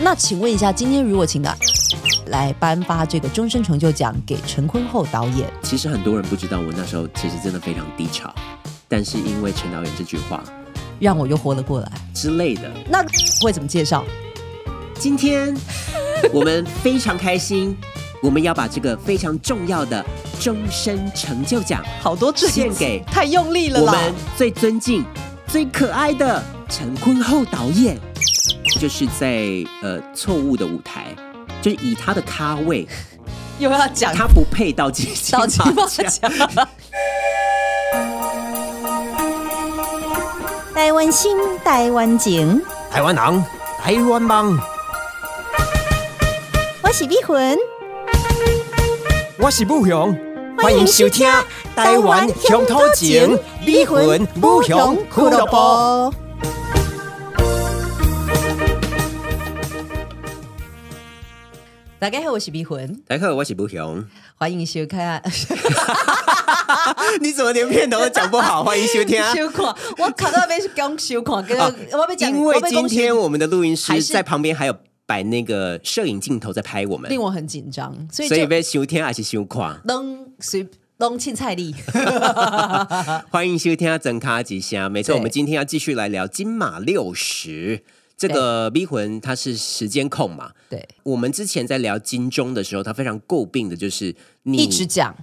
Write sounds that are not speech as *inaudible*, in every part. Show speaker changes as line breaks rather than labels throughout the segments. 那请问一下，今天如果请到来颁发这个终身成就奖给陈坤厚导演，
其实很多人不知道，我那时候其实真的非常低潮，但是因为陈导演这句话
让我又活了过来，
之类的，
那会怎么介绍？*laughs*
今天我们非常开心，我们要把这个非常重要的终身成就奖
好多字
献给
太用力了
我
啦！
们最尊敬、最可爱的陈坤厚导演，就是在呃错误的舞台，就是以他的咖位，
*laughs* 又要讲
他不配到金鸡
啊到 *laughs* 金马
马奖。
奖，
台湾心，台湾情，
台湾人，台湾梦，
我是碧魂。
我是武雄，欢迎收听《台湾乡土情》，美魂武雄俱乐部。
大家好，我是碧魂，
来客，我是不雄。
欢迎收
*laughs*
看。
啊你怎么连片头都讲不
*laughs*
好？欢迎收听啊
收看，我卡到被讲收看，跟
啊
呃我被讲，
因
我
为
被
今
讲
天
收
我们的录音
还
师
是
在旁边还有摆那个摄影镜头在拍我们
令，我很紧张，所以
所以
就
被收听还是收看。
能随能青菜
*laughs*
力。
欢迎收听整卡吉祥，没错，
对
我们今天要继续来聊金马六十。这个逼魂它是时间控嘛？
对，
我们之前在聊金钟的时候，他非常诟病的就是你
一直讲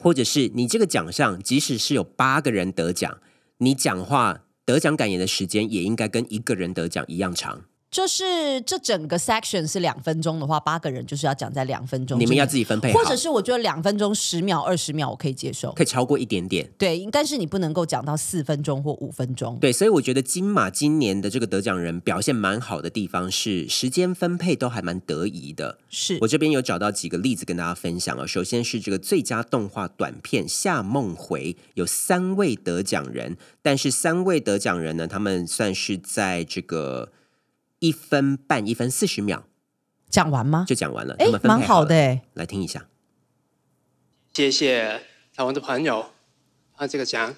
或者是你这个奖项，即使是有八个人得奖，你讲话得奖感言的时间也应该跟一个人得奖一样长。
就是这整个 section 是两分钟的话，八个人就是要讲在两分钟之内，
你们要自己分配好，
或者是我觉得两分钟十秒、二十秒我可以接受，
可以超过一点点。
对，但是你不能够讲到四分钟或五分钟。
对，所以我觉得金马今年的这个得奖人表现蛮好的地方是时间分配都还蛮得宜的。
是
我这边有找到几个例子跟大家分享啊。首先是这个最佳动画短片《夏梦回》，有三位得奖人，但是三位得奖人呢，他们算是在这个一分半、一分四十秒
讲完吗？
就讲完了。
哎
他们，分
蛮
配
好
好
的
了，
哎，
来听一下。
谢谢台湾的朋友把这个奖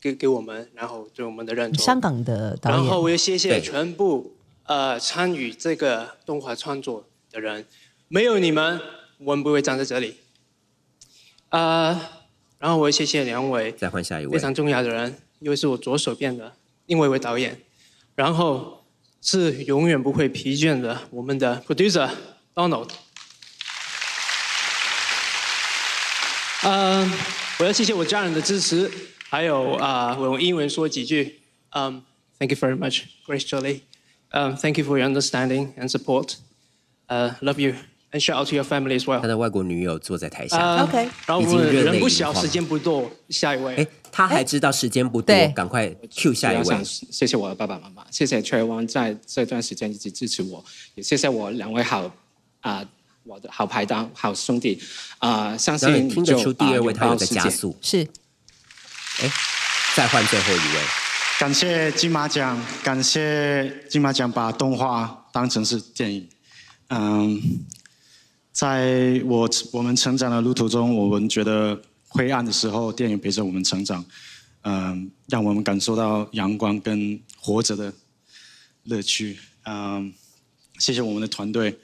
给给我们，然后对我们的认同。
香港的导
然后
演
我也谢谢
对
全部呃参与这个动画创作的人，没有你们，我们不会站在这里。呃，然后我也谢谢两位
再换下一位
非。常重要的人，因为是我左手边的另外一位导演，然后是永远不会疲倦的我们的 producer Donald。嗯、我要谢谢我家人的支持，还有啊、我用英文说几句。嗯、t h a n k you very much, Grace Jolie. Um, thank you for your understanding and support. Uh, love you and shout out to your family as well.
他的外国女友坐在台下，
呃
OK
然后
已
我
经
们
热泪
人不
盈
小，
眶
时间不多，下一位。
哎，他还知道时间不多
对，
赶快 Q 下一
我
位
想。谢谢我的爸爸妈妈，谢谢 t r a w a n 在这段时间一直支持我，也谢谢我两位好啊、我的好排档、好兄弟啊、相
然后
信
你听得
就
出第
啊
二位
拥
他有
抱
在
世
加
界
速，
是
再换最后一位。
感谢金马奖，感谢金马奖把动画当成是电影。嗯，在我我们成长的路途中，我们觉得灰暗的时候，电影陪着我们成长，嗯，让我们感受到阳光跟活着的乐趣。嗯，谢谢我们的团队，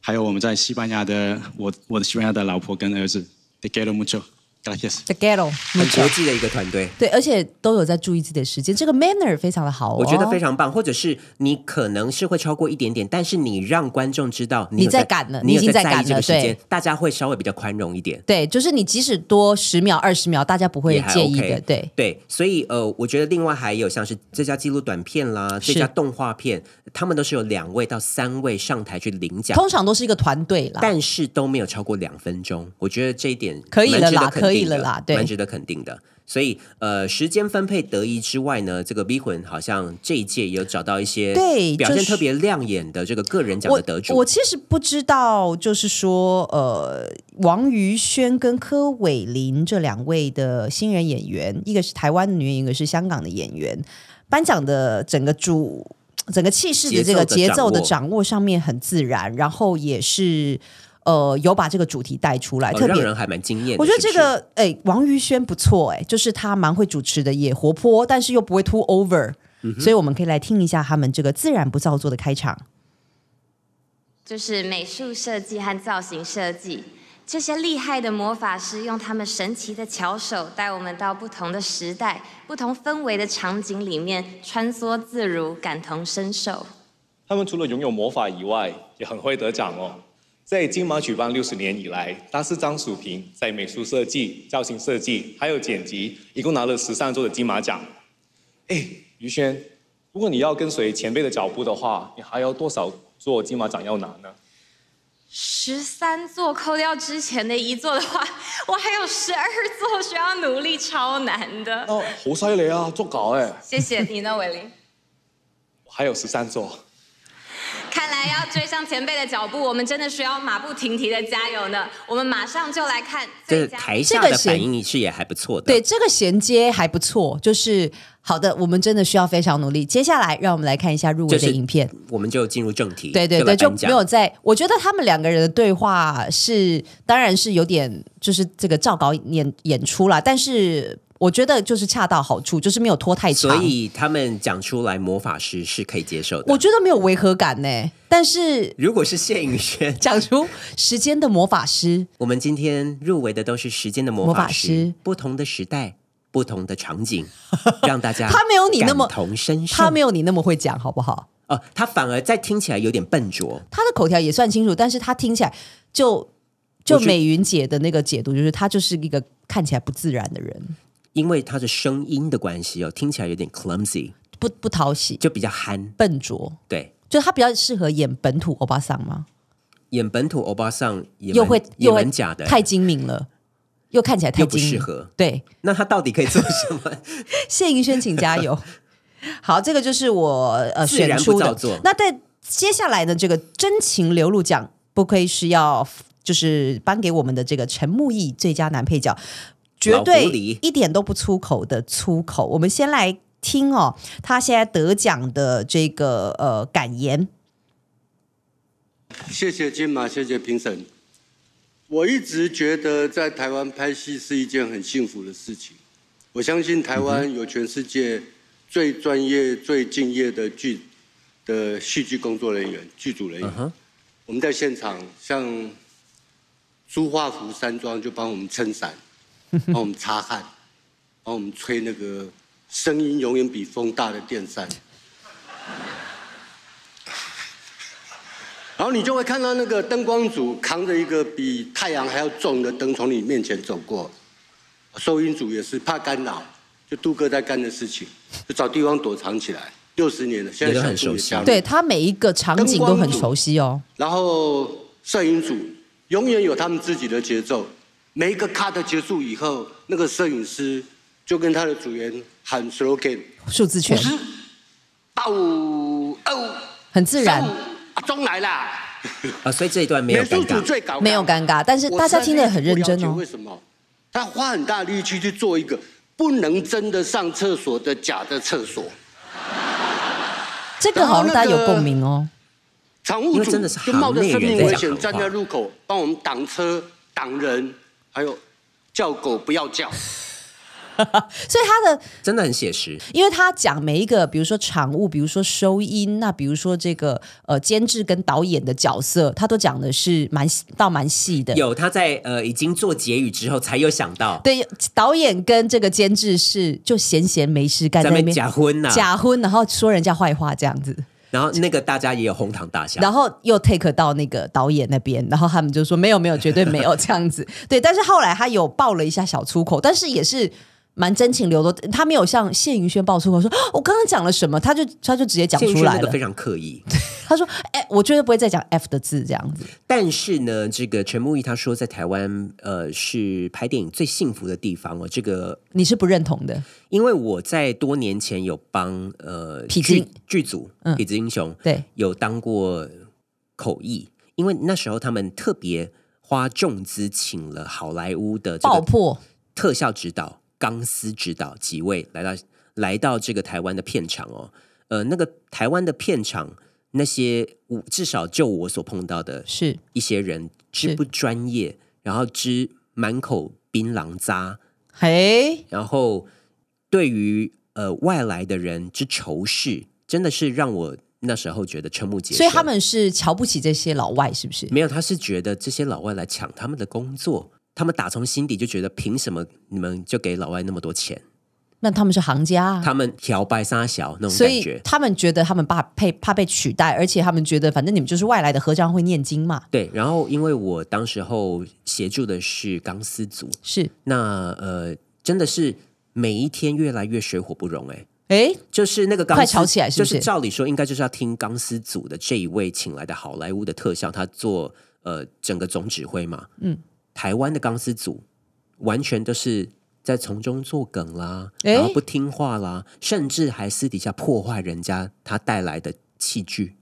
还有我们在西班牙的我我的西班牙的老婆跟儿子，Te quiero mucho，gracias。
The Ghetto，
很国际的一个团队。
对，而且都有在注意自己的时间，这个 manner 非常的好、哦，
我觉得非。常棒，或者是你可能是会超过一点点，但是你让观众知道
你
有
在
在
赶了
你
你已
有
经在
在
赶
意这
了
个时间
对，
大家会稍微比较宽容一点。
对，就是你即使多十秒、二十秒，大家不会
也还
介意
OK
的。对，
对，所以呃，我觉得另外还有像是最佳纪录短片啦、
是
最佳动画片，他们都是有两位到三位上台去领奖，
通常都是一个团队啦。
但是都没有超过两分钟。我觉得这一点
可以
蛮
了
值得
啦
肯
可以
定的
了啦对
蛮值得肯定的。所以呃，时间分配得宜之外呢，这个 V 魂好像这一届也有找到一些
对
表
就
现
是
特别亮眼的这个个人奖
我
的得主。
我其实不知道，就是说，呃，王于轩跟柯伟林这两位的新人演员，一个是台湾的女演员，一个是香港的演员，颁奖的整个主。整个气势的这个节
节
奏
奏
的
的掌握
掌握上面很自然，然后也是呃有把这个主题带出来，
哦
特
让
别
人还蛮惊艳的。
我觉得
是
这
不是
个哎、王于轩不错哎、就是他蛮会主持的，也活泼，但是又不会 too
嗯
over，、所以我们可以来听一下他们这个自然不造作的开场。
就是美术设计和造型设计。这些厉害的魔法师用他们神奇的巧手，带我们到不同的时代、不同氛围的场景里面穿梭自如，感同身受。
他们除了拥有魔法以外，也很会得奖哦。在金马举办六十年以来，大师张淑平在美术设计、造型设计还有剪辑，一共拿了十三座的金马奖。哎，于轩，如果你要跟随前辈的脚步的话，你还要多少座金马奖要拿呢？
十三座扣掉之前的一座的话，我还有十二座需要努力，超难的。
哦，好犀利啊，作搞哎！
谢谢你呢，伟林。
还有十三座。
看来要追上前辈的脚步，我们真的需要马不停蹄的加油呢。我们马上就来看
这
最佳
台下
这
的
个是
反应是也还不错的。
对，这个衔接还不错，就是好的，我们真的需要非常努力。接下来，让我们来看一下入围
就是
的影片。
我们就进入正题。
对对
对
对，
吧，
就
颁
没
奖
有在。我觉得他们两个人的对话是，当然是有点就是这个照稿演演出啦，但是我觉得就是恰到好处，就是没有拖太长。
所以他们讲出来魔法师是可以接受的。
我觉得没有违和感呢、但
*laughs*
是
如果是谢宇轩，
讲出时间的魔法师，
我们今天入围的都是时间的魔
魔
法
法
师，
师
不同的时代，不同的
*laughs*
场景，让大家
他没有你那么
感同身受。
他没有你那么会讲，好不好？
哦，他反而在听起来有点笨拙。
他的口条也算清楚，但是他听起来就就
我觉
美云姐的那个解读，就是他就是一个看起来不自然的人，
因为他的声音的关系哦，听起来有点 clumsy，
不不讨喜，
就比较憨。
笨拙，
对，
就他比较适合演本土欧巴桑吗？
演本土欧巴桑也蛮
又会
也
又
蛮
会
假的，欸
太精明了，又看起来太
又不
精明，
适合。
对，
那他到底可以做什
*laughs*
么？
谢盈萱，请加
*laughs*
油。好，这个就是我呃
自然
选
不
出
造
的
作。
那在接下来呢，这个真情流露奖不愧是要就是颁给我们的这个陈木易最佳男配角，绝
老狐
对
狸
一点都不出口的粗口。我们先来听哦，他现在得奖的这个呃感言。
谢谢金马，谢谢评审。我一直觉得在台湾拍戏是一件很幸福的事情。我相信台湾有全世界最专业、最敬业的剧的戏剧工作人员、剧组
嗯
人员。我们在现场，像朱化福山庄就帮我们
*laughs*
撑伞，帮我们擦汗，帮我们吹那个声音永远比风大的电扇。然后你就会看到那个灯光组扛着一个比太阳还要重的灯从你面前走过，收音组也是怕干扰，就杜哥在干的事情，就找地方躲藏起来。六十年了，现
也
在
都
小
很
树
熟
也
悉
加入，
对他每一个场景都很熟悉哦，
然后摄影组永远有他们自己的节奏，每一个 cut 结束以后，那个摄影师就跟他的组员喊 slogan，
数字
五
拳
十、八五、二五、
*laughs* 很自然
三五，哦啊，钟来啦！
啊，所以这一段没有
美
尴
术组
尬。
最搞
没有尴尬，但是大家听得很认真
我实在是不了解
哦
为。什么他花很大力气去做一个不能真的上厕所的假的厕所？
这个好像大家有共鸣哦。
常务
因为
组
真的是
就冒着生命危
行内
险站
人在讲
在
话
路口，帮我们挡车、挡人，还有叫狗不要叫。
所以他的
真的很写实，
因为他讲每一个，比如说场务，比如说收音，那比如说这个呃监制跟导演的角色，他都讲的是蛮细到蛮细的。
有他在呃已经做结语之后才有想到，
对，导演跟这个监制是就闲闲没事干
在
在
那
那边
边假婚啊呐、
假婚，然后说人家坏话这样子，
然后那个大家也有哄堂大笑，
然后又 take 到那个导演那边，然后他们就说没有没有，绝对没有这样子。 *laughs* 对，但是后来他有爆了一下小粗口，但是也是。蛮真情流露，他没有像谢云轩爆粗口说，啊我刚刚讲了什么，他就他就直接讲
谢
出
轩
来
那
了
个非。常刻意。
他说：“哎、我绝对不会再讲 F 的字这样子。
但是呢，这个陈木易他说在台湾呃是拍电影最幸福的地方哦，这个”
你是不认同的，
因为我在多年前有帮呃
痞子
剧
英
剧组
嗯
痞子英雄
对
有当过口译，因为那时候他们特别花重资请了好莱坞的这
爆
个
破
特效指导、钢丝指导几位来到来到这个台湾的片场哦，呃，那个台湾的片场那些我至少就我所碰到的
是
一些人之
是
不专业，然后之满口槟榔渣，
嘿，
然后对于呃外来的人之仇视，真的是让我那时候觉得瞠目结舌。
所以他们是瞧不起这些老外，是不是？
没有，他是觉得这些老外来抢他们的工作，他们打从心底就觉得凭什么你们就给老外那么多钱？
那他们是行家啊，
他们调白沙小那种
所
感
以
觉。
他们觉得他们怕被怕被取代，而且他们觉得反正你们就是外来的，和尚会念经嘛，
对，然后因为我当时候协助的是钢丝族，
是。
那呃，真的是每一天越来越水火不容哎、
诶，
就是那个钢丝
快吵起来是不是
就是照理说应该就是要听钢丝组的这一位请来的好莱坞的特效，他做呃整个总指挥嘛。
嗯，
台湾的钢丝组完全都是在从中作梗啦，
诶
然后不听话啦，甚至还私底下破坏人家他带来的器具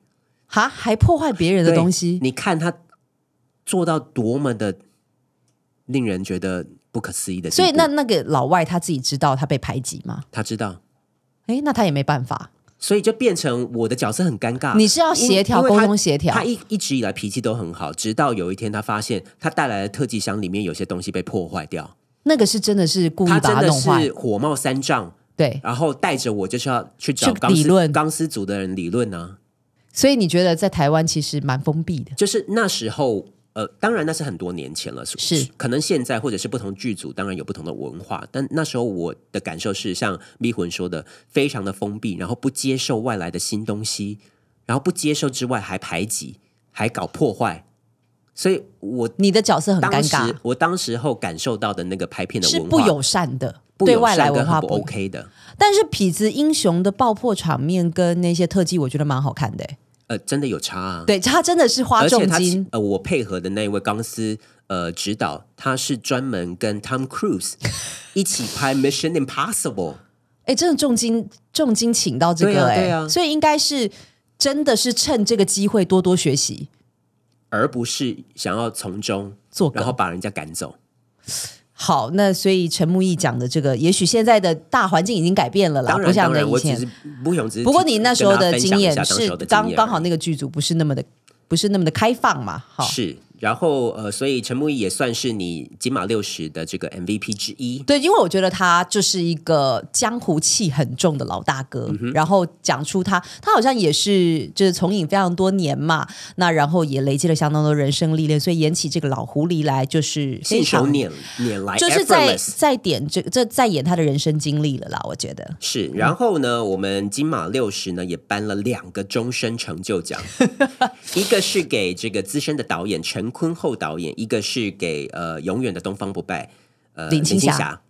哈，还破坏别人的
对
东西，
你看他做到多么的令人觉得不可思议的地步。
所以那那个老外他自己知道他被排挤吗？
他知道。
诶，那他也没办法。
所以就变成我的角色很尴尬。
你是要协调
因为因为他
沟通协调
他一一直以来脾气都很好，直到有一天他发现他带来的特技箱里面有些东西被破坏掉，
那个是真的是故意
他
把
真
他
的
弄坏
是，火冒三丈，
对。
然后带着我就是要去找
去
钢丝
理论
钢丝组的人理论啊呢、
所以你觉得在台湾其实蛮封闭的
啊，，就是那时候。呃，当然那是很多年前了，
是
可能现在或者是不同剧组，当然有不同的文化，但那时候我的感受是，像迷魂说的，非常的封闭，然后不接受外来的新东西，然后不接受之外还排挤，还搞破坏，所以我
你的角色很尴
当时
尬，
我当时候感受到的那个拍片的
是
文化
不友善的，
不
对
友
外来
善跟
文化
很不 OK 的，
但是痞子英雄的爆破场面跟那些特技，我觉得蛮好看的、欸。
呃，真的有差啊。
对他真的是花
而且
重
他
金，
呃，我配合的那一位钢丝呃指导，他是专门跟 Tom Cruise 一起拍 Mission Impossible。
哎、真的重金重金请到这
对
个、
啊
欸，
对啊
所以应该是真的是趁这个机会多多学习。
而不是想要从中
作梗
然后把人家赶走。
好，那所以陈木易讲的这个，也许现在的大环境已经改变了啦，
当
不
然，
像
当
的
然，
以
我只
前
是。不想只是
不过你那时候的经验
跟大家
是
分享一下当时候的经
刚
验啊
刚好那个剧组不是那么的不是那么的开放嘛？好，
是。然后呃，所以陈木易也算是你金马六十的这个 MVP 之一。
对，因为我觉得他就是一个江湖气很重的老大哥，
嗯
然后讲出他，他好像也是就是从影非常多年嘛，那然后也累积了相当多人生历练，所以演起这个老狐狸来就是非
信手
常，
拈拈来，
就是在
effortless
在点这这在演他的人生经历了啦，我觉得
是，然后呢，我们金马六十呢也颁了两个终身成
*laughs*
就奖，一个是给这个资深的导演陈坤厚导演，一个是给呃永远的东方不败呃
林青
青
霞
霞。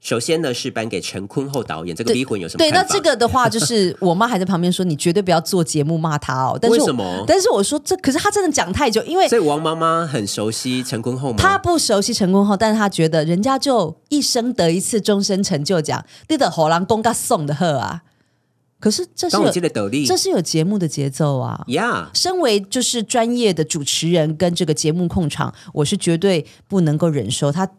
首先呢是颁给陈坤厚导演，这个
对
逼魂有什么
对，那
看法
这个的话，
*laughs*
就是我妈还在旁边说，你绝对不要做节目骂他哦。但是我
为什么
但是我说这，可是他真的讲太久，因为
所以王妈妈很熟悉陈坤厚吗？
他不熟悉成功后，但是他觉得人家就一生得一次终身成就奖，你的猴狼公噶送的贺啊。可是这是
但我
有
记得嗯得力
这是有节目的节奏啊。
呀
身为就是专业的主持人跟这个节目控场，我是绝对不能够忍受他，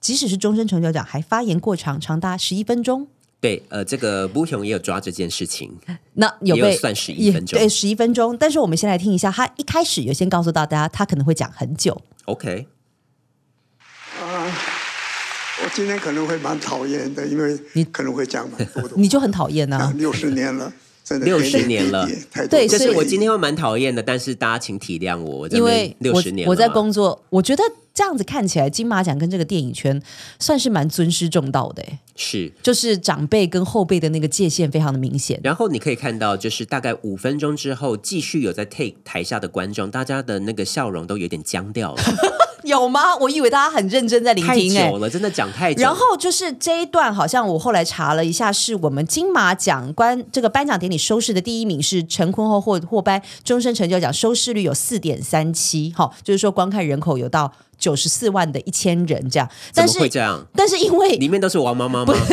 即使是终身成就奖，还发言过长长达十一分钟。
对，呃，这个布雄也有抓这件事情，
那有
也
被
有算11
也
分钟
对，十一分钟。但是我们先来听一下，他一开始有先告诉到大家，他可能会讲很久。
OK，
啊我今天可能会蛮讨厌的，因为
你
可能会讲蛮多
*laughs*
的。
你就很讨厌啊！
六十年了，真的
60
点点
年
*laughs*
了
滴滴，太多
对
不
这
所
是
以
我今天会蛮讨厌的，但是大家请体谅我，我这
因为
六
我
十年了
我在
嘛
工作，我觉得这样子看起来，金马奖跟这个电影圈算是蛮尊师重道的、欸，
是。
就是长辈跟后辈的那个界限非常的明显。
然后你可以看到，就是大概五分钟之后，继续有在 take 台下的观众，大家的那个笑容都有点僵
*laughs*
掉了，
*laughs* 有吗？我以为大家很认真在聆
太
听、欸，
久了，真的讲太久了。
然后就是这一段，好像我后来查了一下，是我们金马奖颁这个颁奖典礼收视的第一名是陈坤厚获获颁终身成就奖，收视率有四点三七，好，就是说观看人口有到九十四万的一千人这样。
怎
但
么
是
会这样？
但是因为
里面都是王妈妈吗？
*laughs*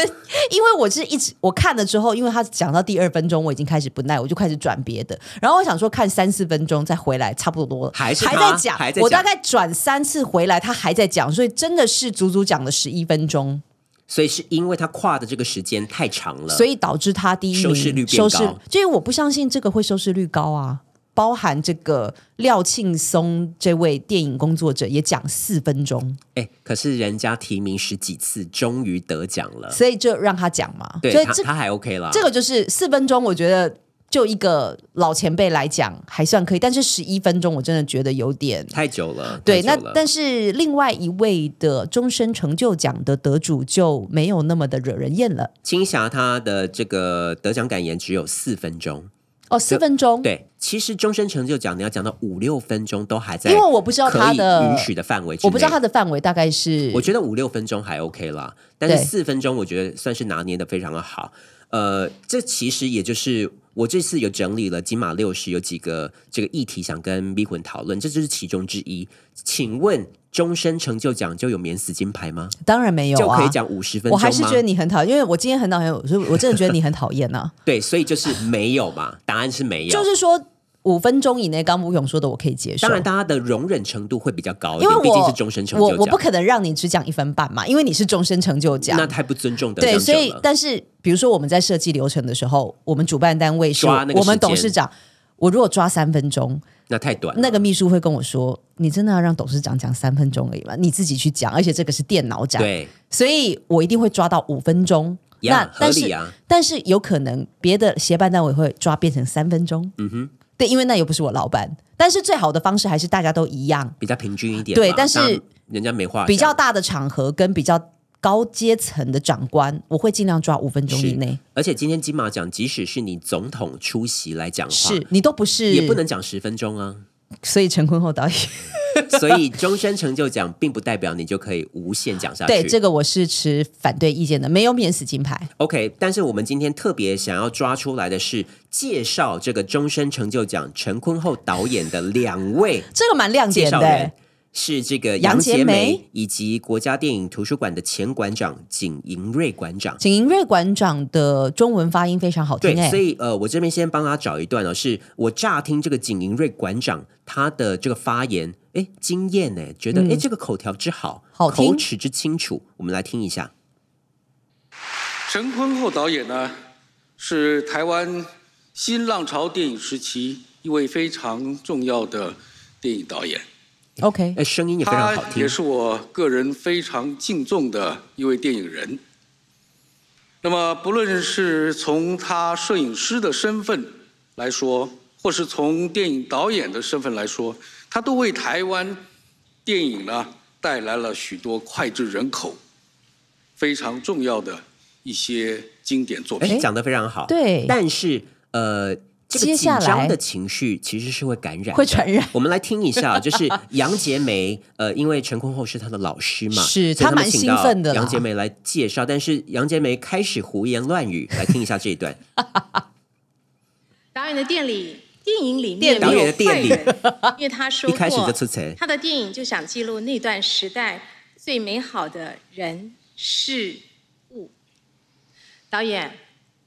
因为我是一直我看了之后，因为他讲到第二分钟，我已经开始不耐，我就开始转别的。然后我想说看三四分钟再回来，差不多了，
还是他
还在讲，
还在讲
我大概转三次回来，他还在讲，所以真的是足足讲了十一分钟，
所以是因为他跨的这个时间太长了，
所
以
以导致他第一名
收视率变
收
高
视，就是我不相信这个会收视率高啊。包含这个廖庆松这位电影工作者也讲四分钟，
哎，可是人家提名十几次，终于得奖了，
所以就让他讲嘛。所
呃对
以
他
这
他还 OK 啦。
这个就是四分钟，我觉得就一个老前辈来讲还算可以，但是十一分钟我真的觉得有点
太久了。
对，
太
那
久了
但是另外一位的终身成就奖的得主就没有那么的惹人厌了。
青霞她的这个得奖感言只有四分钟。
哦，四分钟，
对，其实终身成就奖你要讲到五六分钟都还在，
因为我不知道他的
允许的范围之内，
我不知道他的范围大概是，
我觉得五六分钟还 OK 啦，但是
嗯对
四分钟我觉得算是拿捏的非常的好。呃，这其实也就是我这次有整理了金马六十有几个这个议题想跟逼魂讨论，这就是其中之一。请问终身成就奖就有免死金牌吗？
当然没有、啊，
就可以讲50分钟
我还是
吗
觉得你很讨厌，因为我今天很讨厌，我所以我真的觉得你很讨厌啊。
对，所以就是没有嘛， *laughs* 答案是没 *laughs* 有。
就是说五分钟以内，刚不勇说的我可以接受。
当然，大家的容忍程度会比较高一
因为我
点，毕竟是终身成就
我
奖，
我不可能让你只讲一分半嘛，因为你是终身成就奖
那。太不尊重得
对，
奖者
所以
了。
但是比如说我们在设计流程的时候，我们主办单位是
抓那个时间
我们董事长，我如果抓三分钟，
那太短了，
那个秘书会跟我说：“你真的要让董事长讲三分钟而已吗？你自己去讲，而且这个是电脑讲，
对
所以我一定会抓到五分钟。
呀
那但
合
是、
理啊
但是有可能别的协办单位会抓变成三分钟，
嗯哼，
对，因为那又不是我老板。但是最好的方式还是大家都一样，
比较平均一点嘛。
对但是
当然人家没话讲
比较大的场合跟比较高阶层的长官，我会尽量抓五分钟以内。
而且今天金马奖，即使是你总统出席来讲话，
是你都不是，
啊也不能。讲十分
*laughs*
钟啊。
所以陈坤厚导演，
所以终身成就奖并不代表你就可以无限
*laughs*
讲下去。
对这个我是持反对意见的，没有免死金牌。
OK，但是我们今天特别想要抓出来的是介绍这个终身成就奖陈坤厚导演的两
*laughs*
位
这个蛮亮
介
点
绍
的、
人。是这个
杨
杨洁
洁梅
梅以及国家电影图书馆的前馆长景莹瑞馆长，
景莹瑞馆长的中文发音非常好听、
对，
哎，
所以呃，我这边先帮他找一段哦，是我乍听这个景莹瑞馆长他的这个发言，哎，惊艳呢，觉得哎、
嗯
诶这个口条之好，
好听
口齿之清楚，我们来听一下。
陈坤厚导演呢，是台湾新浪潮电影时期一位非常重要的电影导演。
OK，
哎，声音也非常
他
好听
也，是我个人非常敬重的一位电影人。那么，不论是从他摄影师的身份来说，或是从电影导演的身份来说，他都为台湾电影呢带来了许多脍炙人口、非常重要的一些经典作
哎，
品。
讲的非常好，
对
但是呃。这个
接
紧
下来
张的情绪其实是会感染的，
会传染
我们来听
*laughs*
一下，就是杨洁梅，呃，因为陈坤厚是她的老师嘛，
是
所以
她
他们
蛮
请
兴
到
奋的啦
杨洁梅来介绍，但是杨洁梅开始胡言乱语，来听一下这一段。
导演的店里，电影里
店
面
里
没
导演
有
的店
坏
里
人，因为他
*laughs*
说
一开始就
过
出彩，
他的电影就想记录那段时代最美好的人事物。导演，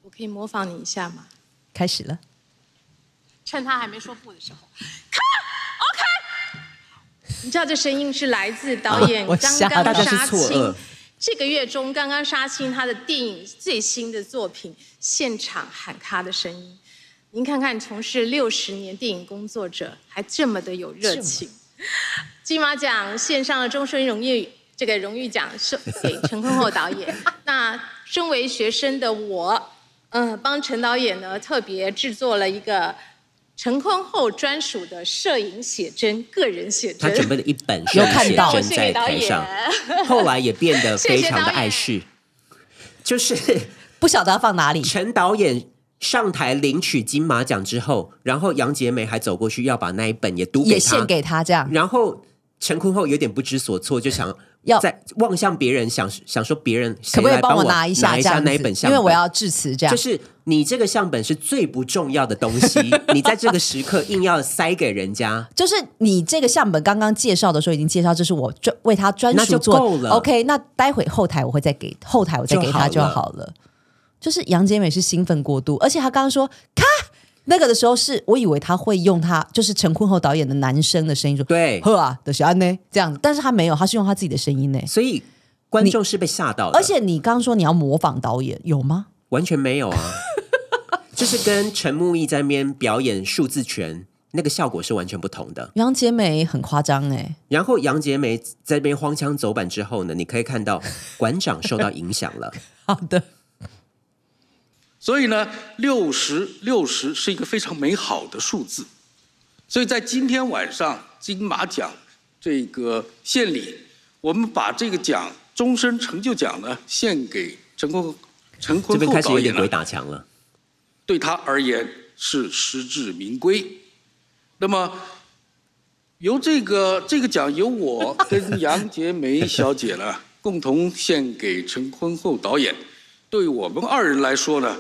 我可以模仿你一下吗？
开始了。
趁他还没说不的时候，看，OK。你知道这声音是来自导演
我
刚
吓到
刚
大家是
杀
错愕
青，这个月中刚刚杀青他的电影最新的作品《现场喊咖》的声音。您看看，从事六十年电影工作者还这么的有热情。金马奖献上了终身荣誉这个荣誉奖是给陈坤厚导演。那身为学生的我， *laughs* 嗯，帮陈导演呢特别制作了一个陈坤厚专属的摄影写真、个人写
他
真。
准备了一本摄影写
*laughs* 让我
真
献
在
给导
台
演。
*laughs*
上，后来也变得非常的碍事，就是 *laughs*
不晓得要放哪里。
陈导演上台领取金马奖之后，然后杨洁梅还走过去要把那一本也读给
也
他，
献给他这样，
然后陈坤厚有点不知所措，就想
要
在望向别人，想想说别人
可
谁
不可以
来帮
我
拿
一下
一
这样
下
子？
那一本相
因为
本，
我要致辞这样。
就是你这个相本是最不重要的
*laughs*
东西，你在这个时刻硬要塞给人家，
就是你这个项本刚刚介绍的时候已经介绍，这是我专为他专
那就
属做
够了
OK，那待会后台我会再给后台我再给他
就
就
好
好
了
了。就是杨洁美是兴奋过度，而且他刚刚说咔那个的时候是，我以为他会用他就是陈坤厚导演的男生的声音说
对
呵啊的小安呢这样子，但是他没有，他是用他自己的声音呢。
所以观众是被吓到的，
而且你刚刚说你要模仿导演，有吗？
完全没有啊， *laughs* 就是跟陈木易在那边表演数字拳那个效果是完全不同的。
杨洁美很夸张哎、
然后杨洁梅在那边荒腔走
*laughs*
板之后呢，你可以看到馆长受到影响了。
好的，
所以呢，六十六十是一个非常美好的数字。所以在今天晚上金马奖这个献礼，我们把这个奖终身成就奖呢献给陈坤陈
这
坤
边
厚
开始
导
有
演啊
点
了
鬼。打墙了。
对他而言是实至名归。那么，由这个这个奖由我跟杨洁梅小姐呢共同献给陈坤厚导演，对我们二人来说呢，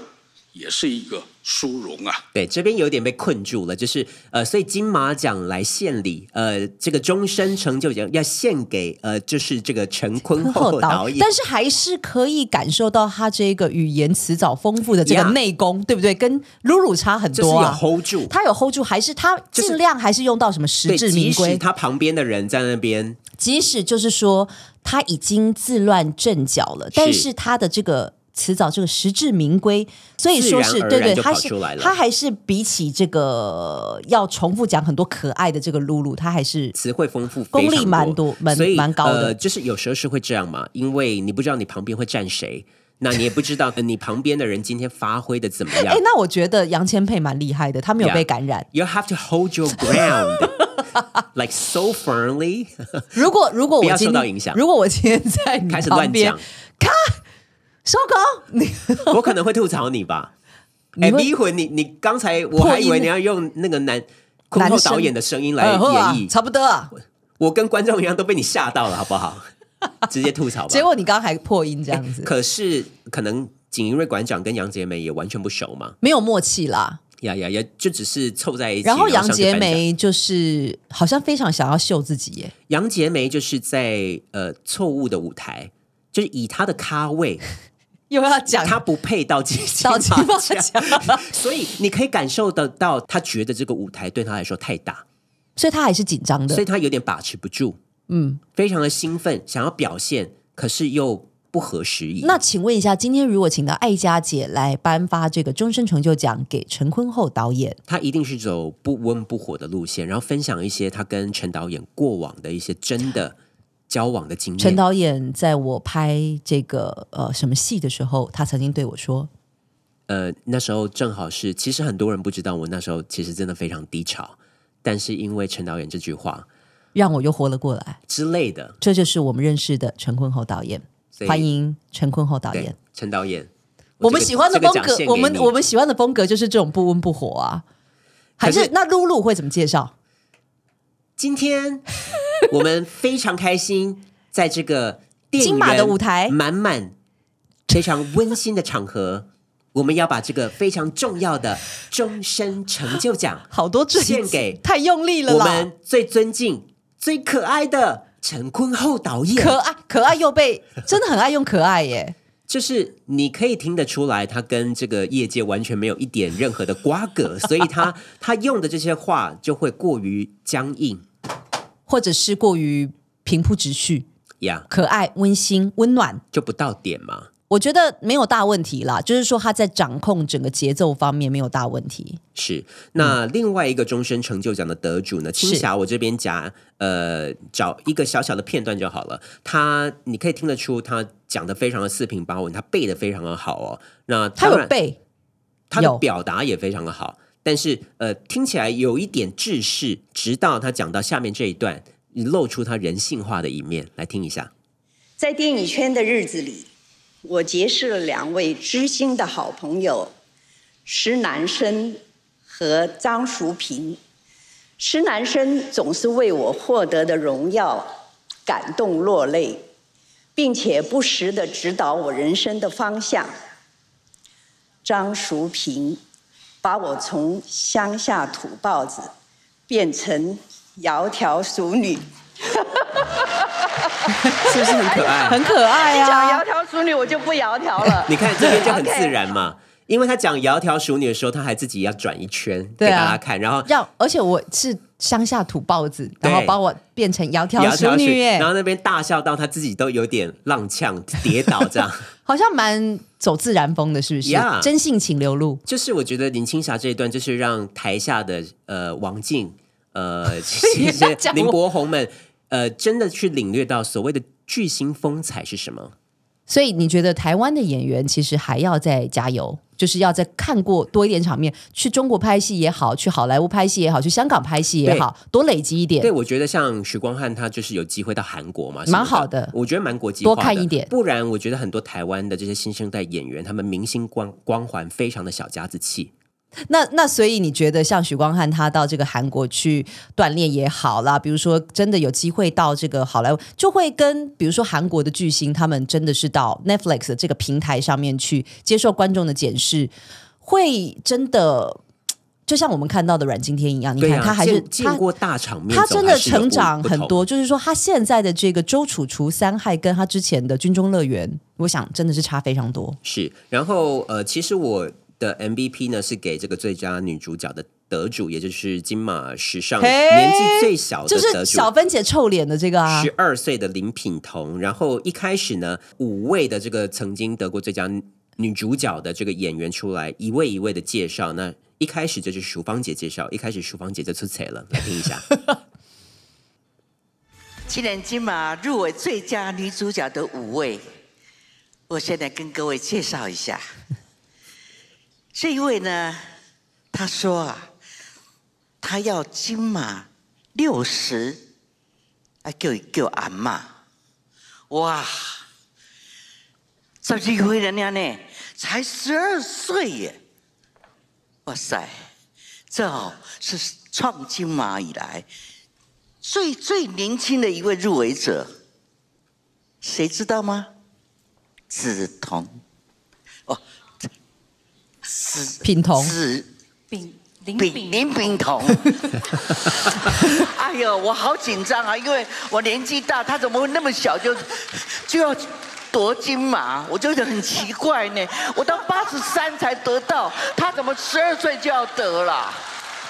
也是一个殊荣啊。
对，这边有点被困住了，就是呃，所以金马奖来献礼，呃，这个终身成就奖要献给呃，就是这个陈 *laughs* 坤厚哦导演，
但是还是可以感受到他这个语言词藻丰富的这个
Yeah
内功对不对？跟露露差很
就是
多
有
啊。
hold 住。
他有 hold 住，还是他尽量还是用到什么实
对，
至
即
名归？
使他旁边的人在那边，
即使就是说他已经自乱阵脚了，但是他的这个词藻这个实至名归，所以说是
自然而
对
然
对，
就
他
跑
是
出来了
他还是比起这个要重复讲很多可爱的这个露露，他还是
词汇丰富，
功
非
力
常
蛮多蛮
所以
蛮高的
呃。就是有时候是会这样嘛，因为你不知道你旁边会站谁， *laughs* 那你也不知道呃你旁边的人今天发挥的怎么样
哎，。那我觉得杨千霈蛮厉害的，他没有
Yeah
被感染。
You have to hold your
*laughs*
ground, like so firmly 。
如果如果
不
我
要
今
受到影响
如果我今天在你
开始
旁
乱
边
讲，，
收狗，你
我可能会吐槽
*laughs*
你吧。
你
哎，
会
逼魂，你你刚才我还以为你要用那个男坤
男
厚
生
导演的声音来
呃
演
好啊
绎，
差不多啊。
我跟观众一样都被你吓到了，好不好？ *laughs* 直接吐槽
*laughs*
吧。
结果你刚刚还破音这样子，
哎可是可能景英瑞馆长跟杨洁梅也完全不熟嘛，
没有默契啦。
呀呀呀，就只是凑在一起。
然后杨
上去
洁
颁奖
梅就是好像非常想要秀自己
*laughs*
耶，
杨洁梅就是在呃错误的舞台，就是以她的咖
*laughs*
位，
又要讲
*laughs* 她不配到金
*laughs* 到金马奖
*laughs* 所以你可以感受得到，她觉得这个舞台对她来说太大，
*laughs* 所以她还是紧张的
所以。她有点把持不住，
嗯，
非常的兴奋，想要表现，可是又不合时宜。
那请问一下，今天如果请到艾佳姐来颁发这个终身成就奖给陈坤厚导演，
她一定是走不温不火的路线，然后分享一些她跟陈导演过往的一些真的交往的经验。
陈导演在我拍这个呃什么戏的时候，他曾经对我说，
呃，那时候正好是，其实很多人不知道，我那时候其实真的非常低潮，但是因为陈导演这句话
让我又活了过来。
之类的，
这就是我们认识的陈坤厚导演
所，以
欢迎陈坤厚导
对
演。，
陈导演，
我
这
们
个
喜欢的
这个
风
奖
格
献，给
我们
你
我们喜欢的风格就是这种不温不火啊。还
可
是
是
那露露会怎么介绍？
今天我们非常开心，在这个电
金
影
马的
人
舞台
满满非常温馨的场合。我们要把这个非常重要的终身成就奖
好多赘
献
字
给
太用力了
我
啦
们！最尊敬、最可爱的陈坤厚导演，
可爱可爱又被真的很爱用可爱耶，
就是你可以听得出来，他跟这个业界完全没有一点任何的瓜葛，所以他他用的这些话就会过于僵硬
或者是过于平铺直叙，
呀
可爱、温馨、温暖。
就不到点嘛。
我觉得没有大问题啦，就是说他在掌控整个节奏方面没有大问题。
是，那
嗯
另外一个终身成就奖的得主呢？青霞，我这边夹呃找一个小小的片段就好了。他你可以听得出他讲的非常的四平八稳，他背的非常的好哦。那
他
当
有
然
背，
他的
有
表达也非常的好，但是呃，听起来有一点制式，直到他讲到下面这一段，露出他人性化的一面，来听一下。
在电影圈的日子里，我结识了两位知心的好朋友，施南生和张淑平。施南生总是为我获得的荣耀感动落泪，并且不时地指导我人生的方向。张淑平把我从乡下土包子变成窈窕淑女。
是不是很可爱？。
很可爱
哎
啊！
讲窈窕淑女，我就不窈窕了
*laughs* 你看这边 *laughs* 就很
OK
自然嘛。因为他讲窈窕淑女的时候，他还自己要转一圈
对
给
啊
大家看，然后
让而且我是乡下土包子，
对
然后把我变成窈窕
窈
淑
窕
女哎耶
然，后那边大笑到他自己都有点踉跄跌倒这样。
好像蛮走自然风的，是不是
Yeah
真性情流露。
就是我觉得林青霞这一段，就是让台下的呃王静、呃这
*laughs* 不要
些
讲我
林柏宏们，呃，真的去领略到所谓的巨星风采是什么。
所以你觉得台湾的演员其实还要再加油，就是要再看过多一点场面，去中国拍戏也好，去好莱坞拍戏也好，去香港拍戏也好，多累积一点。
对，我觉得像许光汉他就是有机会到韩国嘛，
蛮好的，
我觉得蛮国际
多看一点。
不然我觉得很多台湾的这些新生代演员，他们明星光光环非常的小家子气。
那那所以你觉得像许光汉他到这个韩国去锻炼也好啦，比如说真的有机会到这个好莱坞，就会跟比如说韩国的巨星他们真的是到 Netflix 的这个平台上面去接受观众的检视，会真的就像我们看到的阮经天一样，你
对
看
啊
他还是
见见过大场面，
他真的
总还是有
成长
不
很。
不同
多，就是说他现在的这个周楚除三害跟他之前的军中乐园，我想真的是差非常多。
是，然后呃，其实我的 MVP 呢是给这个最佳女主角的得主，也就是金马史上
嘿
年纪最小的
就
哦得
是
主
小芬姐臭脸的这个啊，
十二岁的林品彤，然后一开始呢，五位的这个曾经得过最佳女主角的这个演员出来，一位一位的介绍。那一开始就是淑芳姐介绍，一开始淑芳姐就出彩了，来听
*laughs*
一下。
既然金马入围最佳女主角的五位，我现在跟各位介绍一下。这一位呢，他说啊，他要金马六十，啊，叫叫阿嬷。哇，十几岁人家呢，才十二岁耶！哇塞，这哦是创金马以来最最年轻的一位入围者，谁知道吗？梓潼，哦，子
品彤，
子
丙
林林
*laughs*
炳彤，哎呦，我好紧张啊，因为我年纪大，他怎么会那么小就就要夺金马？我觉得很奇怪呢，我到八十三才得到，他怎么十二岁就要得了？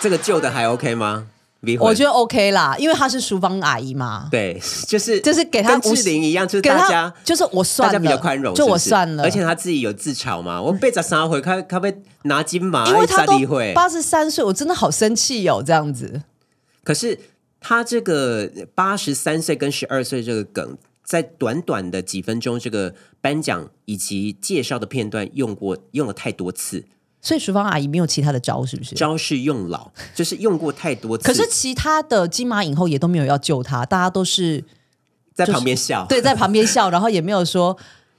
这个旧的还 OK 吗？V 魂
我觉得 OK 啦，因为她是淑芳阿姨嘛，
对， *laughs* 就是
就是给她
跟志玲一样，就是
给她
大家
就是我算了，
大家比较宽容，
就是
不
我
是
算了，
而且他自己有自
*laughs*
嘲嘛，我被砸三回，他他被拿金马，哎
因为她都
一会
八十三岁，我真的好生气哦，这样子。
可是他这个八十三岁跟十二岁这个梗，在短短的几分钟这个颁奖以及介绍的片段用过用了太多次，
所以淑芳阿姨没有其他的招，是不是？
招式用老，就是用过太多次。
可是其他的金马影后也都没有要救她，大家都是
在
就是
旁边笑，
对，在旁边笑，然后也没有说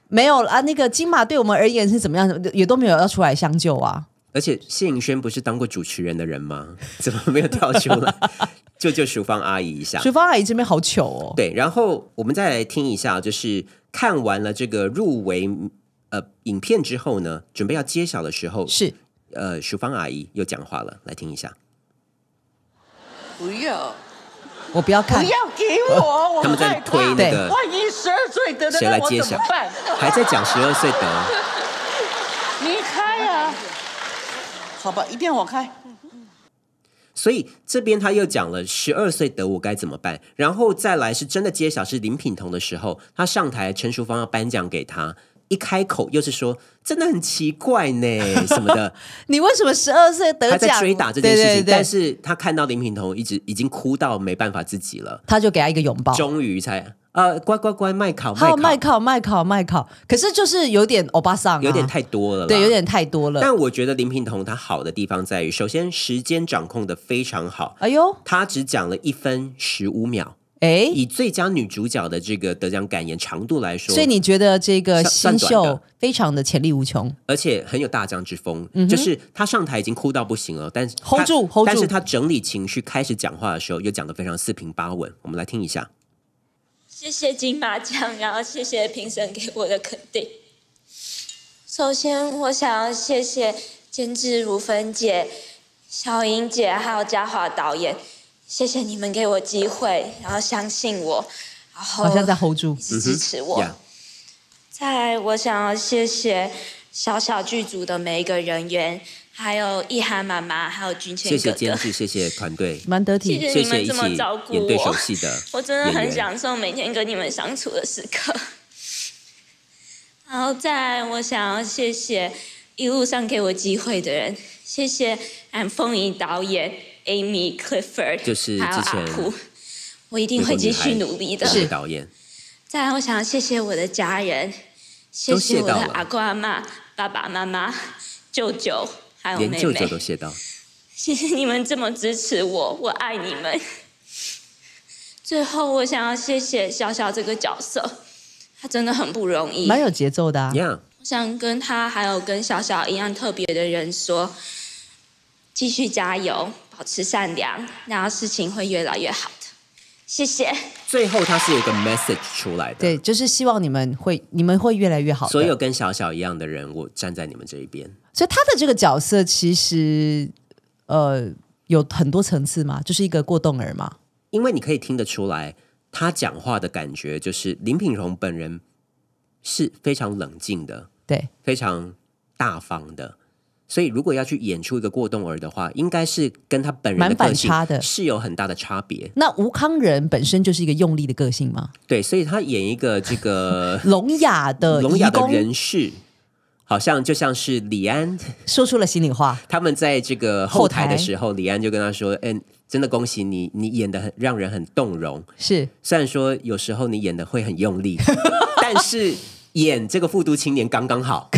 没有啊，那个金马对我们而言是怎么样，也都没有要出来相救啊。
而且谢颖轩不是当过主持人的人吗？ *laughs* 怎么没有跳出来 *laughs* 救救淑芳阿姨一下？
淑芳阿姨这边好糗哦，
对，然后我们再来听一下，就是看完了这个入围呃影片之后呢，准备要揭晓的时候，
是
呃，淑芳阿姨又讲话了，来听一下。
不要，
我不要
不
看，
要给我，我
他们在
害怕
推那个
万一十二岁得的，
谁
那
来
我
揭
怎么
晓
办？？
还在讲十二岁得，
你开啊！好吧，一定要我开。
所以这边他又讲了十二岁得我该怎么办，然后再来是真的揭晓是林品彤的时候，他上台陈淑芳要颁奖给他，一开口又是说真的很奇怪
*laughs*
呢什么的，
你为什么十二岁得
他
奖？
在追打这件事情，
对对对
但是他看到林品彤一直已经哭到没办法自己了，
他就给她一个拥抱。
终于才呃乖乖乖卖烤
还
卖
有
烤，
哦麦考麦考麦考，可是就是有点欧巴桑、啊，
有点太多了啦，
对，有点太多了。
但我觉得林品彤她好的地方在于，首先时间掌控的非常好，
哎呦，
她只讲了一分十五秒。
哎，
以最佳女主角的这个得奖感言长度来说，
所以你觉得这个
算
新
算短
秀
的
非常的潜力无穷？
而且很有大将之风，
嗯哼
就是她上台已经哭到不行了，但是
Hold
她
住，hold 住
但是她整理情绪开始讲话的时候，又讲得非常四平八稳。我们来听一下，
谢谢金马奖，然后谢谢评审给我的肯定。首先，我想要谢谢监制如芬姐、小莹姐还有嘉华导演，谢谢你们给我机会，然后相信我，然后
好像在 hold 住，嗯
直支持我。再来，我想要谢谢小小剧组的每一个人员，还有意涵妈妈，还有君谦
谢
哥
谢监
哥。
制，谢谢团队，
蛮得
谢谢
谢
你们
谢一
这么
起
照顾
演对手
我
戏的演员，
我真的很享受每天跟你们相处的时刻。 *laughs* 然后再来，我想要谢谢一路上给我机会的人，谢谢俺风仪导演 Amy Clifford，
就是
还有
之前
阿普，我一定会继续努力的。
是导演，
再来，我想要谢谢我的家人，
谢谢我的
都谢到了
阿公阿妈、爸爸妈妈、舅舅还
哦
有妹
连
妹，
舅舅都谢到。
谢谢 *laughs* 你们这么支持我，我爱你们。 *laughs* 最后，我想要谢谢小小这个角色，他真的很不容易。
蛮有节奏的、啊。
我想跟他还有跟小小一样特别的人说，继续加油，保持善良，然后事情会越来越好的。谢谢。
最后他是有一个 message 出来的，
对，就是希望你们会，你们会越来越好的。
所有跟小小一样的人，我站在你们这一边。
所以他的这个角色其实呃有很多层次嘛，就是一个过动儿嘛。
因为你可以听得出来，他讲话的感觉就是林品荣本人是非常冷静的，
对，
非常大方的。所以，如果要去演出一个过动儿的话，应该是跟他本人
蛮
的
反
个性
差的
是有很大的差别。
那吴康仁本身就是一个用力的个性嘛，
对，所以他演一个这个
聋哑 *laughs* 的
聋哑
移
的
工
人士，好像就像是李安
说出了心里话。
他们在这个后台
后台
的时候，李安就跟他说：“嗯、真的恭喜你，你演的很让人很动容。
是
虽然说有时候你演的会很用力， *laughs* 但是演这个复读青年刚刚好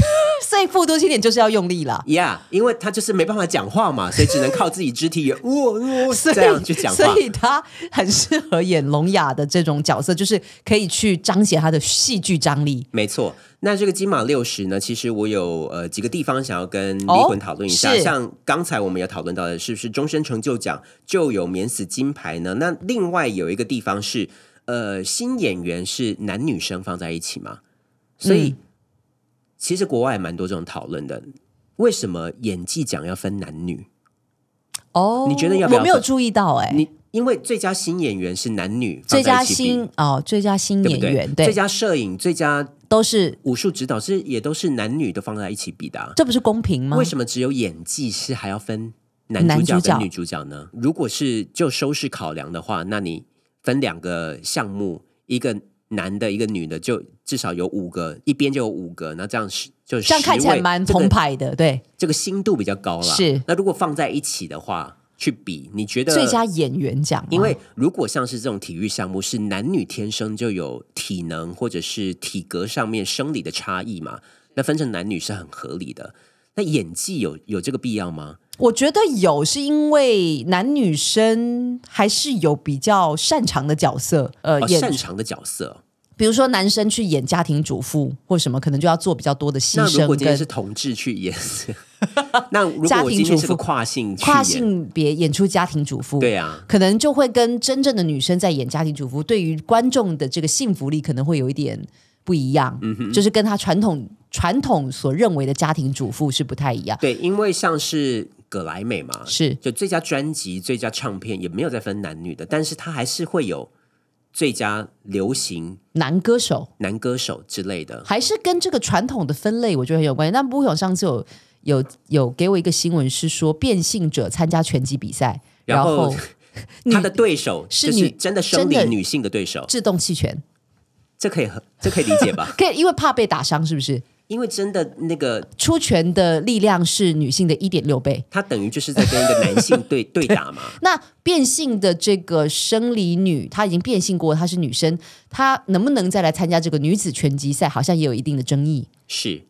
所以复读青年就是要用力啦。
，Yeah，因为他就是没办法讲话嘛，所以只能靠自己肢体
*laughs*
语言，哦哦
所以
这样去讲话
所。以他很适合演聋哑的这种角色，就是可以去彰显他的戏剧张力。
没错，那这个金马六十呢，其实我有呃几个地方想要跟离
哦
魂讨论一下，
是
像刚才我们有讨论到的，是不是终身成就奖就有免死金牌呢？那另外有一个地方是，呃，新演员是男女生放在一起嘛，所以、
嗯
其实国外蛮多这种讨论的，为什么演技奖要分男女？
哦，
你觉得要不要
我没有
分
注意到哎、
你因为最佳新演员是男女放
最
在
佳
一起比
新哦，最佳新
对
演
不对？
员，
最佳摄影、最佳
都是
武术指导是也都是男女都放在一起比的、啊，
这不是公平吗？
为什么只有演技是还要分男
男
主角
主角
跟女主角呢？如果是就收视考量的话，那你分两个项目，一个男的，一个女的，就至少有五个，一边就有五个，那这样是就
这样看起
10
来
位
蛮
这个
澎湃的？对，
这个心度比较高啦。
是
那如果放在一起的话，去比，你觉得
最佳演员奖吗，
因为如果像是这种体育项目，是男女天生就有体能或者是体格上面生理的差异嘛，那分成男女是很合理的。那演技有有这个必要吗？
我觉得有，是因为男女生还是有比较擅长的角色，呃，
哦
演
擅长的角色。
比如说男生去演家庭主妇或什么，可能就要做比较多的牺
那如
牲
果今天是
跟
同志
*laughs*
去演，那如果
家
我
庭
今天
主
是个
妇
跨性去
跨
演，
性别演出家庭主妇，
对啊
可能就会跟真正的女生在演家庭主妇，对于观众的这个幸福力可能会有一点不一样，
嗯哼
就是跟他传统传统所认为的家庭主妇是不太一样。
对，因为像是葛莱美嘛，
是
就最佳专辑、最佳唱片也没有再分男女的，但是它还是会有最佳流行
男歌手
男歌手之类的。
还是跟这个传统的分类，我觉得很有关系。但不勇上次有有有给我一个新闻，是说变性者参加拳击比赛，
然
然
后
后
*laughs* 他的对手
是
就是
女
真的生理
真的
女性的对手，
制动弃权，
这可以很这可以理解吧？
可以因为怕被打伤，是不是？
因为真的那个
出拳的力量是女性的一点六倍。
他等于就是在跟一个男性
*laughs*
对对打嘛。
那变性的这个生理女，她已经变性过，她是女生，她能不能再来参加这个女子拳击赛，好像也有一定的争议。
是，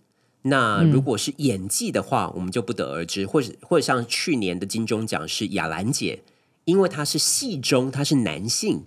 那
嗯
如果是演技的话，我们就不得而知，或者或者像去年的金钟奖是雅兰姐，因为她是戏中她是男性，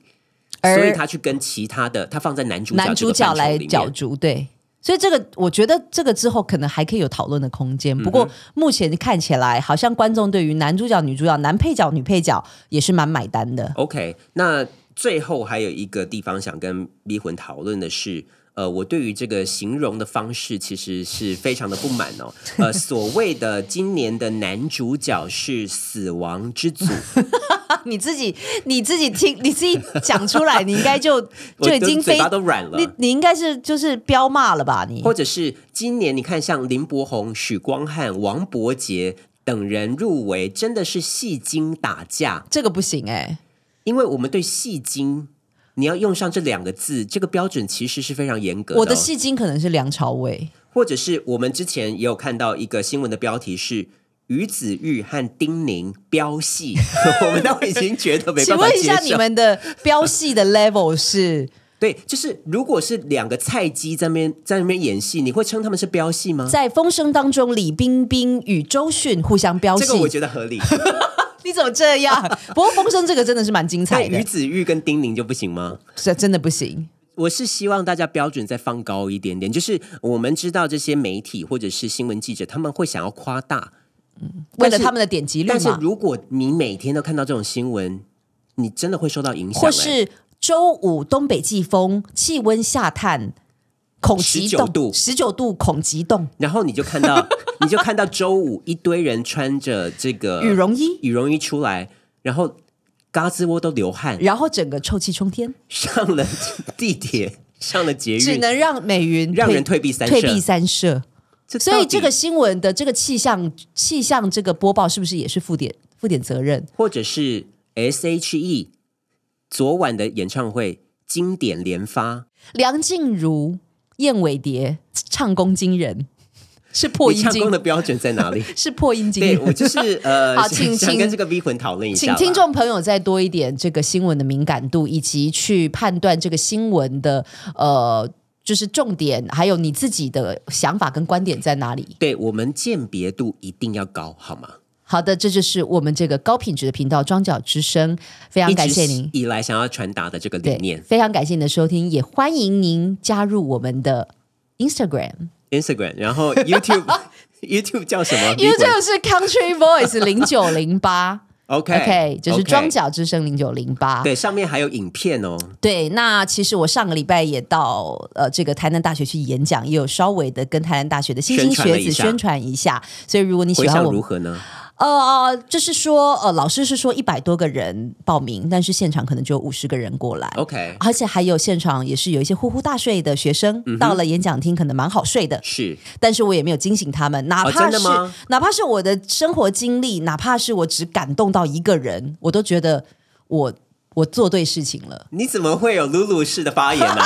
而
所以她去跟其他的她放在男主角
男
这
主
个
角
范畴
来
里面
角逐，对。所以这个，我觉得这个之后可能还可以有讨论的空间。不
嗯
过目前看起来，好像观众对于男主角、女主角、男配角、女配角也是蛮买单
*laughs*
的。
OK，那最后还有一个地方想跟迷魂讨论的是，呃，我对于这个形容的方式其实是非常的不满
*laughs*
哦。呃，所谓的今年的男主角是死亡
*laughs*
之组，
啊你自己你自己听，你自己讲出来，你应该就
*laughs* 我
就已
都
经
嘴
非
巴都软了
你你应该是就是彪骂了吧？你
或者是今年你看像林柏宏、许光汉、王伯杰等人入围，真的是戏精打架，
这个不行哎、
因为我们对戏精。你要用上这两个字，这个标准其实是非常严格的哦、
我的戏精可能是梁朝伟，
或者是我们之前也有看到一个新闻的标题是于子玉和丁宁飙 *laughs* 戏，我们都已经觉得没
请
办法
问一
接
下你
受。
们的飙戏的 level 是
对，就是如果是两个菜鸡在那边在那边演戏，你会称他们是飙戏吗？
在风声当中，李冰冰与周迅互相飙戏，
这个我觉得合 *laughs* 理。
你怎么这
*laughs*
样？不过风声这个真的是蛮精彩
那
的
于，子玉跟丁宁就不行吗？
这真的不行。
我是希望大家标准再放高一点点，就是我们知道这些媒体或者是新闻记者，他们会想要夸大，
为了他们的点击率
但是
嘛，
如果你每天都看到这种新闻，你真的会受到影响、欸。
或是周五东北季风，气温下探，恐极冻
19度
十九度恐极冻，
然后你就
*laughs*
看到，你就看到周五一堆人穿着这个
羽绒衣
羽绒衣出来，然后嘎吱窝都流汗，
然后整个臭气冲天，
上了 *laughs* 地铁，上了捷
只
运，
能让美云
让人退避三舍
退避三舍。
这
所
到
以
底
这个新闻的这个气象气象这个播报是不是也是负点负点责任？
或者是 S.H.E 昨晚的演唱会经典连发，
梁静茹、燕尾蝶唱功惊
*laughs*
人，是破
你
音
唱
惊
功的标准在
*laughs*
哪里？
是破音惊
对
人。
我就是
*laughs*
呃，
好
想
请
想
请
跟这个 V 魂讨论一下
请
啦，
听众朋友再多一点这个新闻的敏感度，以及去判断这个新闻的呃，就是重点，还有你自己的想法跟观点在哪里。
对我们鉴别度一定要高，好吗？
好的，这就是我们这个高品质的频道《庄脚之声》，非常
一
感
直
谢您，
以来想要传达的这个理
对，
念。
非常感谢您的收听，也欢迎您加入我们的
*laughs*
Instagram。
Instagram，然后
*laughs*
YouTube YouTube 叫什么
因为这
？V
个
魂
是 Country Voice 零九零八
OK
，OK，就是
OK
庄脚之啊声零九零八。
对，上面还有影片哦。
对，那其实我上个礼拜也到呃这个台南大学去演讲，也有稍微的跟台南大学的新兴
宣传了
学
一
子
下
宣传一下。所以如果你
回
喜欢
想
我
如
们，
何呢？
呃，就是说呃老师是说一百多个人报名，但是现场可能只有五十个人过来。
OK，
而且还有现场也是有一些呼呼大睡的学生，
嗯哼
到了演讲厅可能蛮好睡的，
是
但是我也没有惊醒他们，哪怕
哦真
是、
的吗
哪怕是我的生活经历，哪怕是我只感动到一个人，我都觉得我我做对事情
*laughs*
了。
你怎么会有露露式的发
*laughs*
言呢、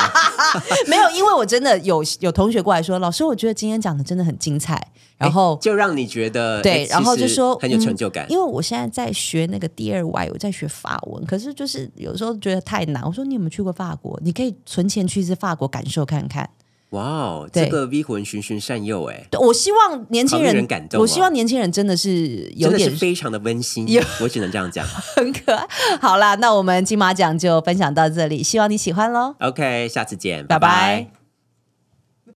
没有，因为我真的有有同学过来说，老师，我觉得今天讲的真的很精彩，然后。
哎就让你觉得哎
对，然后
其
就
实
说
很有
嗯
成就感。
因为我现在在学那个第二外，我在学法文，可是就是有时候觉得太难。我说你有没有去过法国？你可以存钱去一次法国感受看看。
哇哦，
对
这个 V 魂循循善诱哎，
对我希望年轻
好令
人，
人感动啊
我希望年轻人真的是有
真的
点
是非常的温馨，我只能这样讲。
很可爱。好啦，那我们金马奖就分享到这里，希望你喜欢喽，
OK，下次见，
拜拜
拜